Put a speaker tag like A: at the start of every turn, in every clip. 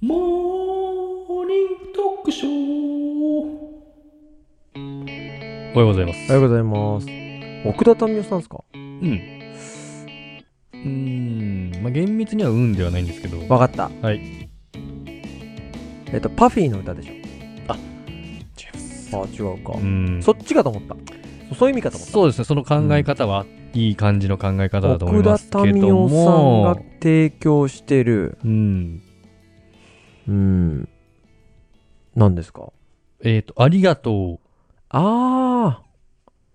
A: モーニングトークショーおはようございます
B: おはようございます。奥田民生さんですか
A: うんうーんまあ厳密には運ではないんですけど
B: わかった。
A: はい
B: えっと、パフィーの歌でし
A: 違います
B: ょ。あ、違うか
A: う。ん
B: そっちかと思った。そそういう意味かと思っ
A: そうですねその考え方は、いい感じの考え方
B: た。
A: だと思い
B: 奥
A: ます
B: 田
A: け
B: 民
A: ど
B: 生さんが
A: も
B: 提供してる、
A: うん
B: うん、何ですか
A: えっ、と「ありがとう
B: あ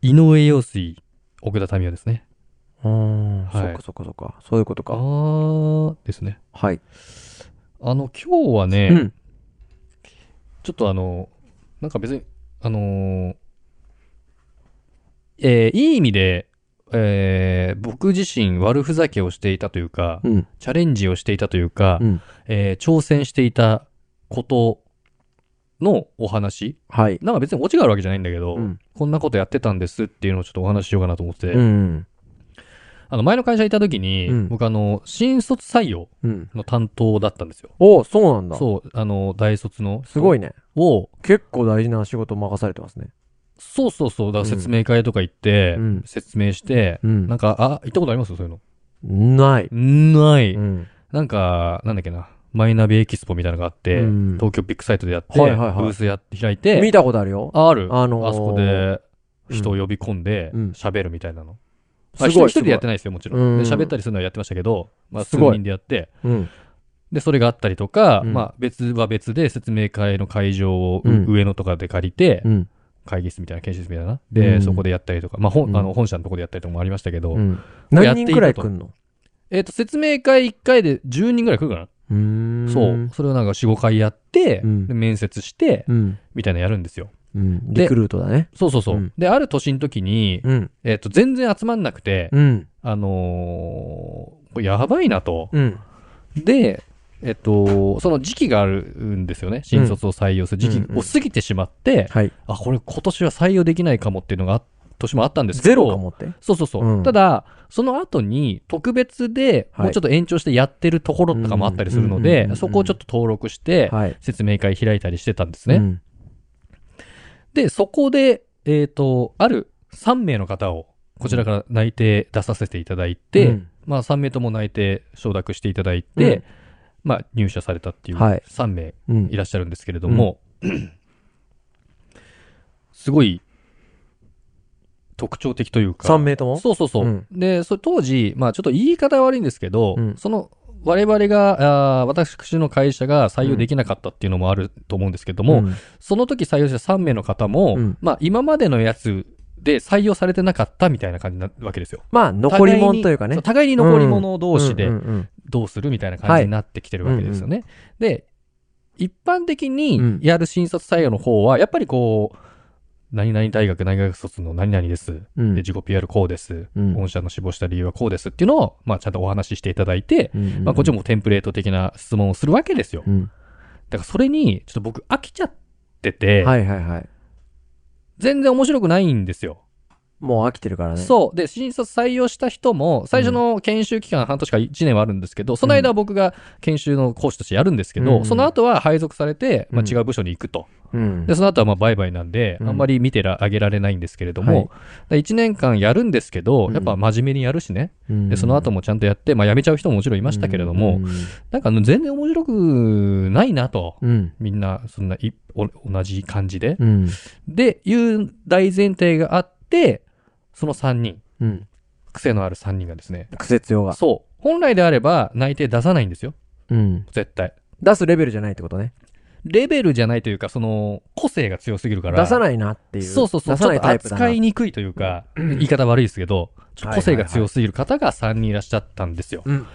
A: 井上陽水奥田民生」ですね
B: ー。うーん、
A: はい
B: そっかそっかそっか。そういうこと
A: あ
B: か。
A: ーですね
B: はい。
A: あの今日はね、
B: うん。
A: ちょっとあの、なんか別に、あのーえーいい意味で、えー僕自身悪ふざけをしていたというか、
B: うん。
A: チャレンジをしていたというか、
B: うん
A: えー挑戦していたことのお話。
B: はい。
A: なんか別にオチがあるわけじゃないんだけど、
B: うん
A: こんなことやってたんですっていうのをちょっとお話ししようかなと思ってて、
B: うん。
A: あの前の会社いた時に、
B: うん
A: 僕あの、新卒採用
B: うん。
A: の担当だったんですよ。
B: おそうなんだ。
A: そう、あの、大卒の。
B: すごい
A: ね。
B: ね。
A: を、
B: 結構大事な仕事任されてますね。
A: そうそうそう。だから
B: うん
A: 説明会とか行って、
B: うん
A: 説明して、
B: うん
A: なんか、あ、行ったことありますそういう
B: ない。
A: の。ない。
B: うん。
A: なんか、なんだっけな。マイナビエキスポみたいなのがあって、
B: うん
A: 東京ビッグサイトでやって、
B: はいはいはい
A: ブースやって開いて、
B: 見たことあるよ。
A: ある、
B: あのー
A: あそこで人を呼び込んで
B: うん、
A: 喋、るみたいなの。
B: す
A: あ
B: ごい
A: 一人一人
B: すご
A: で
B: い
A: やってないですよ、もちろん。
B: うん
A: で喋ったりするのはやってましたけど、まあ、数
B: すごい
A: 人でやって、
B: うん。
A: で、それがあったりとか、
B: うん
A: まあ、別は別で説明会の会場を
B: うん
A: 上野とかで借りて、
B: うん。
A: 会議室みたいな研修室みたいな。で、
B: うん
A: そこでやったりとか、まあ本、
B: うん
A: あの本社のとこでやったりとかもありましたけど、
B: うん、何人くらい来んの
A: えっ、と、説明会1回で10人ぐらい来るかな、
B: うーん
A: そう。それをなんか4、5回やって、
B: うん
A: で面接して、
B: うん。
A: みたいなのやるんですよ。
B: うん。
A: で
B: リクルートだね。
A: そうそうそう。
B: うん
A: で、ある年の時に、
B: うん。
A: えっ、と、全然集まんなくて、
B: うん。
A: あのーこれやばいなと。
B: うん。
A: で、えっ、と、その時期があるんですよね。新卒を採用する時
B: うん
A: 期を過ぎてしまって、
B: はい。
A: あ、これ今年は採用できないかもっていうのがあ、年もあったんですけど、
B: ゼロかもって。
A: そうそうそう。
B: うん
A: ただ、その後に特別で、
B: はい
A: もうちょっと延長してやってるところとかもあったりするの
B: う
A: で
B: んう、ん
A: そこをちょっと登録して、
B: はい。
A: 説明会開いたりしてたんです
B: う
A: ね。
B: ん。
A: で、そこで、えっ、と、ある3名の方を、こちらから内定出させていただいて、
B: うん
A: まあ3名とも内定承諾していただいて、
B: うん
A: まあ入社されたっていう
B: はい
A: 3名
B: うん
A: い。らっしゃるんですけれども、すごい特徴的というか、
B: 3名とも
A: そうそうそう。
B: うん
A: で、それ当時、まあちょっと言い方悪いんですけど、
B: うん
A: その、我々が、あー私の会社が採用できなかったっていうのもあると思うんですけども、
B: うん
A: その時採用した3名の方も、
B: うん
A: まあ今までのやつで採用されてなかったみたいな感じなわけですよ。
B: まあ、残り物というかね
A: そう。互いに残り物同士
B: う
A: で
B: んうん
A: どうするみたいな感じになってきてるわけですよね。で、一般的にやる新卒採用の方は、やっぱりこう、何々大学、何々学卒の何々です。
B: うん。うん
A: で、自己 PR こうです。
B: うん
A: 御社の死亡した理由はこうですっていうのを、まあ、ちゃんとお話ししていただいて、
B: うん
A: まあ、こっちもテンプレート的な質問をするわけですよ。
B: うん。
A: だから、それに、ちょっと僕飽きちゃってて、
B: はいはいはい。
A: 全然面白くないんですよ。
B: もう飽きてるからね。
A: そう。で、新卒採用した人も、最初の研修期間半年か1年はあるんですけど、その間は僕が研修の講師としてやるんですけど、
B: うん
A: その後は配属されて、まあ、
B: うん
A: 違う部署に行くと。
B: うん。
A: で、その後はまあ売買なんで、
B: うん
A: あんまり見てらあげられないんですけれども、1年間やるんですけど、やっぱ真面目にやるしね、
B: うん
A: で、その後もちゃんとやって、まあ辞めちゃう人ももちろんいましたけれども、、なんかあの全然面白くないなと。
B: うん。
A: みんな、そんない、お同じ感じで。
B: うん。
A: で、いう大前提があって、その3人、
B: うん。
A: 癖のある3人がですね、
B: 癖強が。
A: そう。本来であれば内定出さないんですよ。
B: うん。
A: 絶対。
B: 出すレベルじゃないってことね。
A: レベルじゃないというか、その、個性が強すぎるから。
B: 出さ
A: い
B: ないなっていう。
A: そうそうそう。
B: 出さないタイプ
A: ちょ
B: だ
A: っ
B: な。
A: と扱いにくいというか、言い方悪いですけど、ちょっと個性が強すぎる方が3人いらっしゃったんですよ。
B: うん。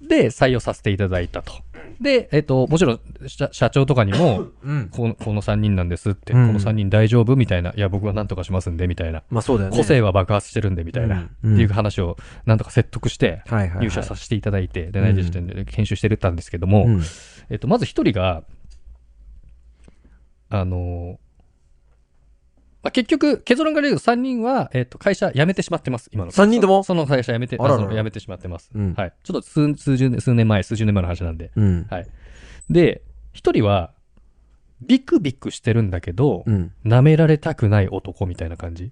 A: で、採用させていただいたと。で、えっ、と、もちろん、社社長とかに も、
B: うん。
A: この、この3人なんですって、
B: うん
A: この3人大丈夫みたいな。いや、僕は何とかしますんで、みたいな。
B: まあそうだよね。
A: 個性は爆発してるんで、みたいな。
B: うん
A: っていう話を、なんとか説得して、
B: はいはいはい
A: 入社させていただいて、で、内定して、研修してたんですけども、
B: うん
A: えっと、まず一人が、あのーまあ、結局、結論から言うと3人は、えっ、と、会社辞めてしまってます、今の。
B: 3人とも
A: その会社辞めて、
B: あららら
A: あその辞めてしまってます。
B: うん
A: はい。ちょっと数数十年、数年前、数十年前の話なんで。
B: うん。
A: で、一人は、ビクビクしてるんだけど、
B: うん。
A: 舐められたくない男みたいな感じ。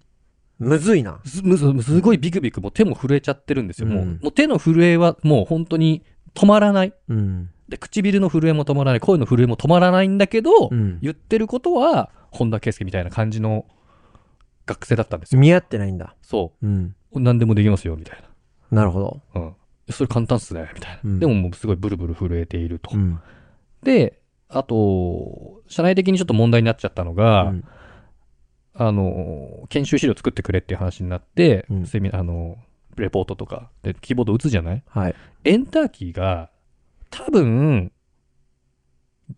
B: むずいな。
A: すむすすごいビクビク、もう手も震えちゃってるんですよ。もう、
B: うん
A: もう手の震えはもう本当に止まらない。
B: うん。
A: で、唇の震えも止まらない、声の震えも止まらないんだけど、
B: うん。
A: 言ってることは、本田圭佑みたいな感じの学生だったんですよ。
B: 見合ってないんだ。
A: そ
B: うん。
A: う。何でもできますよ、みたい
B: なるほど。
A: な。うん。それ簡単っすね、みたいな。
B: うん
A: でももうすごいブルブル震えていると。
B: うん。
A: で、あと、社内的にちょっと問題になっちゃったのが、
B: うん
A: あの、研修資料作ってくれっていう話になって、
B: うん
A: セミナー、あの、レポートとかでキーボード打つじゃない
B: はい。
A: エンターキーが、多分、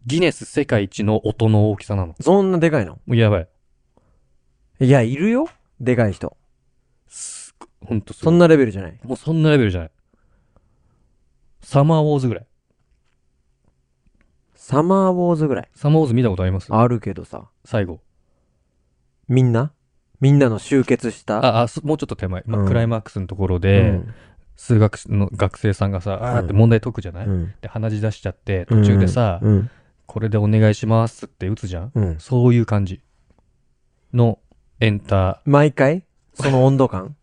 A: ギネス世界一の音の大きさなの。も
B: そんなでかいの
A: うやばい。
B: いや、いるよ。でかい人。
A: すっごほんとす
B: そ
A: ごい
B: んなレベルじゃない。
A: もうそんなレベルじゃない。サマーウォーズぐらい。
B: サマーウォーズぐらい。
A: サマーウォーズ見たことあります
B: あるけどさ。
A: 最後。
B: みんなみんなの集結した。
A: あ、あ、すもうちょっと手前。まあ
B: うん
A: クライマックスのところ
B: う
A: で、
B: ん。
A: 数学の学生さんがさ、あーって問題解くじゃない、
B: うん。
A: で、鼻血出しちゃって、途中でさ、
B: うん。
A: これでお願いしますって打つじゃん
B: うん。
A: そういう感じのエンタ
B: 毎回その温度感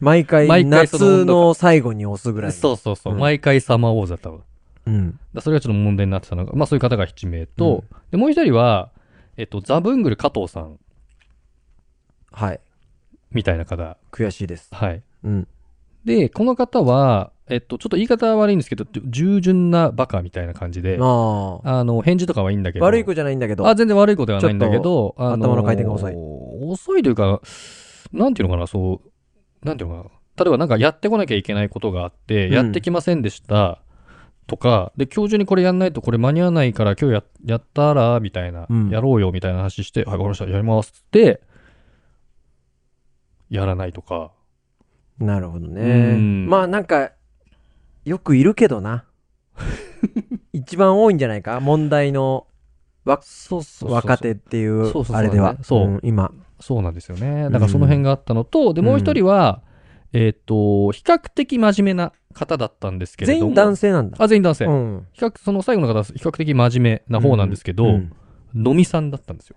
B: 毎回
A: 毎回その温度感
B: 夏の最後に押すぐら
A: ー。
B: い。
A: そうそうそう、
B: うん
A: 毎回サマーウォーズだったの。だか
B: うん。
A: らそれがちょっと問題になってたのが、まあそういう方が7名と、で、もう一人は、えっと、ザブングル加藤さん
B: はい。
A: みたいな方。
B: 悔しいです。
A: はい。
B: うん。
A: で、この方は、えっと、ちょっと言い方は悪いんですけど、従順なバカみたいな感じで、
B: ああ。
A: あの、返事とかはいいんだけど、
B: 悪い子じゃないんだけど。
A: あ、全然悪いことではないんだけど、あ
B: 頭の回転が遅い
A: 遅いというか、なんていうのかな、そう、なんていうのかな。例えばなんかやってこなきゃいけないことがあって、
B: うん
A: やってきませんでしたとか、で、今日中にこれやんないとこれ間に合わないから今日ややったら、みたいな、
B: うん
A: やろうよみたいな話して、はい、わかりました、やりますっつって、やらないとか、
B: なるほど
A: う
B: ね。
A: ん
B: まあなんか、よくいるけ どな。一番多いんじゃないか問題の
A: そうそうそう
B: 若手ってい
A: そうそう
B: う、
A: そう
B: あれでは。
A: そうん
B: 今。
A: そうなんですよね。だからその辺があったのと、で、もう一人は、えーっ、と、比較的真面目な方だったんですけれ
B: 全
A: ども。
B: 員男性なんだ。
A: あ、全員男性。
B: うん。
A: 比較、その最後の方は比較的真面目な方なんですけど、
B: うん
A: のみさんだったんですよ。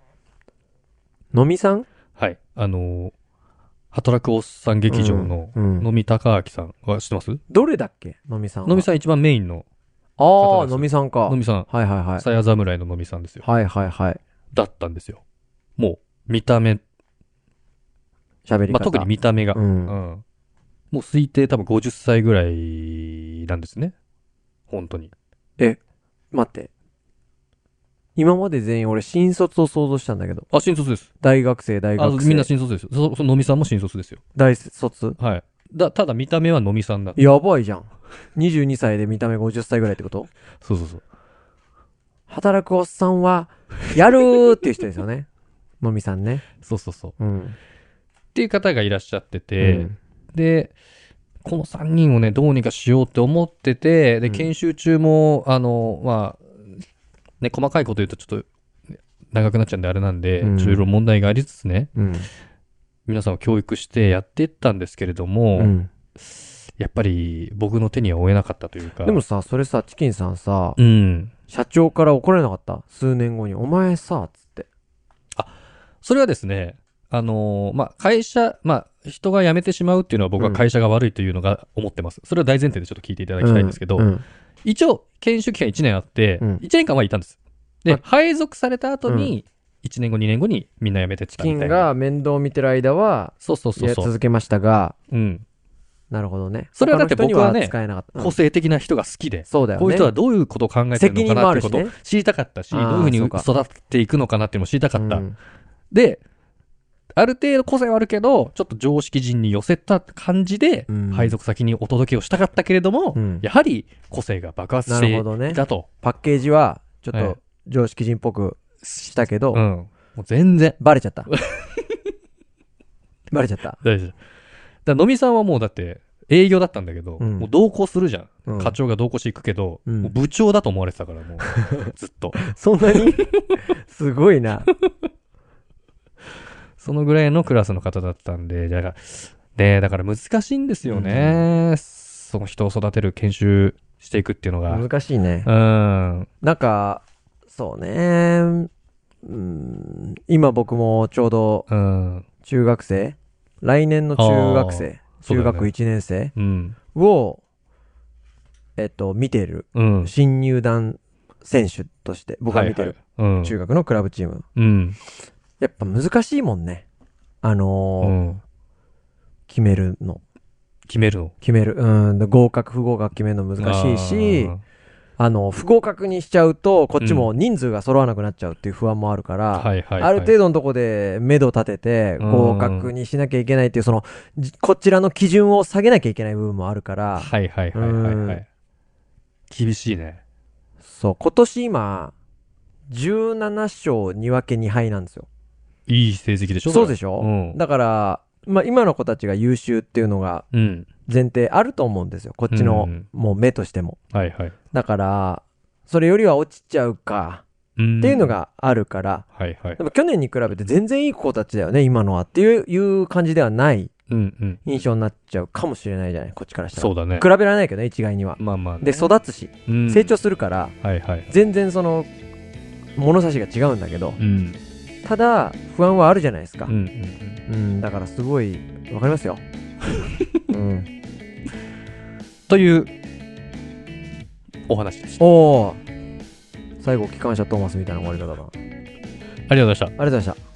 B: のみさん
A: はい。あのー働くおっさん劇場の、
B: うん
A: のみたかあきさんは知ってます
B: どれだっけのみさんは。
A: のみさん一番メインの、
B: あ
A: 方
B: あ、
A: です
B: のみさんか。
A: のみさん、
B: はいはいはい。
A: さや侍ののみさんですよ。
B: はいはいはい。
A: だったんですよ。もう、見た目、
B: 喋り
A: まあ、
B: 方。
A: 特に見た目が、
B: う
A: うん
B: ん。
A: もう推定多分50歳ぐらいなんですね。本当に。
B: 待って。今まで全員俺新卒を想像したんだけど。
A: あ、新卒です。
B: 大学生、大
A: あの
B: 学生。
A: みんな新卒ですよ。そそのみさんも新卒ですよ。
B: 大卒
A: はい。だ、ただ見た目はのみさんだった。
B: やばいじゃん。22歳で見た目50歳ぐらいってこと
A: そうそうそう。
B: 働くおっさんは、やるーっていう人ですよね。 のみさんね。
A: そうそうそう。
B: うん。
A: っていう方がいらっしゃってて、
B: うん
A: で、この3人をね、どうにかしようって思ってて、で、
B: うん
A: 研修中も、あの、まあ、ね、細かいこと言うとちょっと、長くなっちゃうんであれなんで、
B: うん
A: ちょっといろいろ問題がありつつね、
B: うん。
A: 皆さんを教育してやっていったんですけれども、
B: うん
A: やっぱり僕の手には負えなかったというか、
B: でもさ、それさ、チキンさんさ、
A: うん。
B: 社長から怒られなかった数年後に、お前さ、つって。
A: それはですね、あのーまあ、会社、まあ、人が辞めてしまうっていうのは僕は会社が悪いというのが思ってます。それは大前提でちょっと聞いていただきたいんですけど、
B: うんうん
A: 一応、研修期間1年あって、
B: うん
A: 1年間はいたんです。で
B: あ、
A: 配属された後に、1年後、2年後にみんな辞めてっ
B: チ
A: た
B: キ
A: みた
B: ン
A: いな。
B: が面倒を見てる間は、
A: そうそうそう
B: や
A: そう。
B: 続けましたが、
A: うん。
B: なるほどね。
A: それはだって
B: 他の人に
A: 僕はね
B: 使えなかった。うん
A: 個性的な人が好きで、
B: そうだよね。
A: こういう人はどういうことを考えてるのかなっていうこと
B: 責任もあ
A: を
B: る
A: 知りたかったし、
B: あ
A: ど
B: ー
A: ういう
B: そう
A: ふう
B: か
A: に育っていくのかなっていうのを知りたかった。
B: うん
A: で、ある程度個性はあるけど、ちょっと常識人に寄せた感じで
B: うん、
A: 配属先にお届けをしたかったけれども、
B: うん
A: やはり個性が爆発し
B: な
A: て
B: るほどね
A: いたと。
B: パッケージは、ちょっ
A: は
B: と
A: い
B: 常識人っぽくしたけど、
A: うん。もう全然。
B: バレちゃった。 バレちゃった。
A: 大丈夫。だからのみさんはもうだって、営業だったんだけど、
B: うん
A: もう同行するじゃん。
B: うん
A: 課長が同行していくけど、
B: うん
A: もう部長だと思われてたから、 もう、ずっと。
B: そんなにすごいな。
A: そのぐらいのクラスの方だったんで、だから、で、だから難しいんですよね。その人を育てる研修していくっていうのが。
B: 難しいね。
A: うん。
B: なんか、そうね。うん、今僕もちょうど
A: うん。
B: 中学生来年の中学生、
A: そうだ
B: 中
A: よね
B: 学1年生
A: うん。
B: を、えっと、見てる。
A: うん。
B: 新入団選手として、僕が見てる。
A: はいはい。うん。
B: 中学のクラブチーム。
A: うん。
B: やっぱ難しいもんね。あのー
A: うん。
B: 決めるの。
A: 決めるの。
B: 決める。うん、合格、不合格決めるの難しいし、あの、不合格にしちゃうと、こっちも人数が揃わなくなっちゃうっていう不安もあるから、
A: あー、はいはいはい。
B: ある程度のとこで目処立てて、
A: うん
B: 合格にしなきゃいけないっていう、その、じこちらの基準を下げなきゃいけない部分もあるから、
A: はいはいはいはいは
B: う
A: い。厳しいね。
B: そう、今年今、17勝2分け2敗なんですよ。
A: いい成績でしょ
B: そうで
A: し
B: しょ、
A: うん。
B: だから、まあ今の子たちが優秀っていうのが
A: うん。
B: 前提あると思うんですよ。こっちの
A: うん
B: もう目としても。
A: はいはい。っ
B: だから、それよりは落ちちゃうか
A: て
B: って
A: い
B: いうの。があるから、
A: はいはい
B: で。も去年に比べて全然いい子たちだよね、今のはっていういう感じではない
A: うんうん。
B: 印象になっちゃうかもしれないじゃない、こっちからしたら。
A: そうだね。
B: 比べられないけどね、一概には。
A: まあまあね。
B: で、育つし、
A: うん
B: 成長するから、
A: はいはい。
B: 全然その、物差しが違うんだけど、
A: うん。
B: ただ、不安はあるじゃないですか
A: うんう。んうん。
B: うん、だからすごい、わかり ますよ。うん。
A: という、お話でした。
B: おお最後、機関車トーマスみたいな終わり方だな。あり
A: ありがとうございました。
B: がとうございました。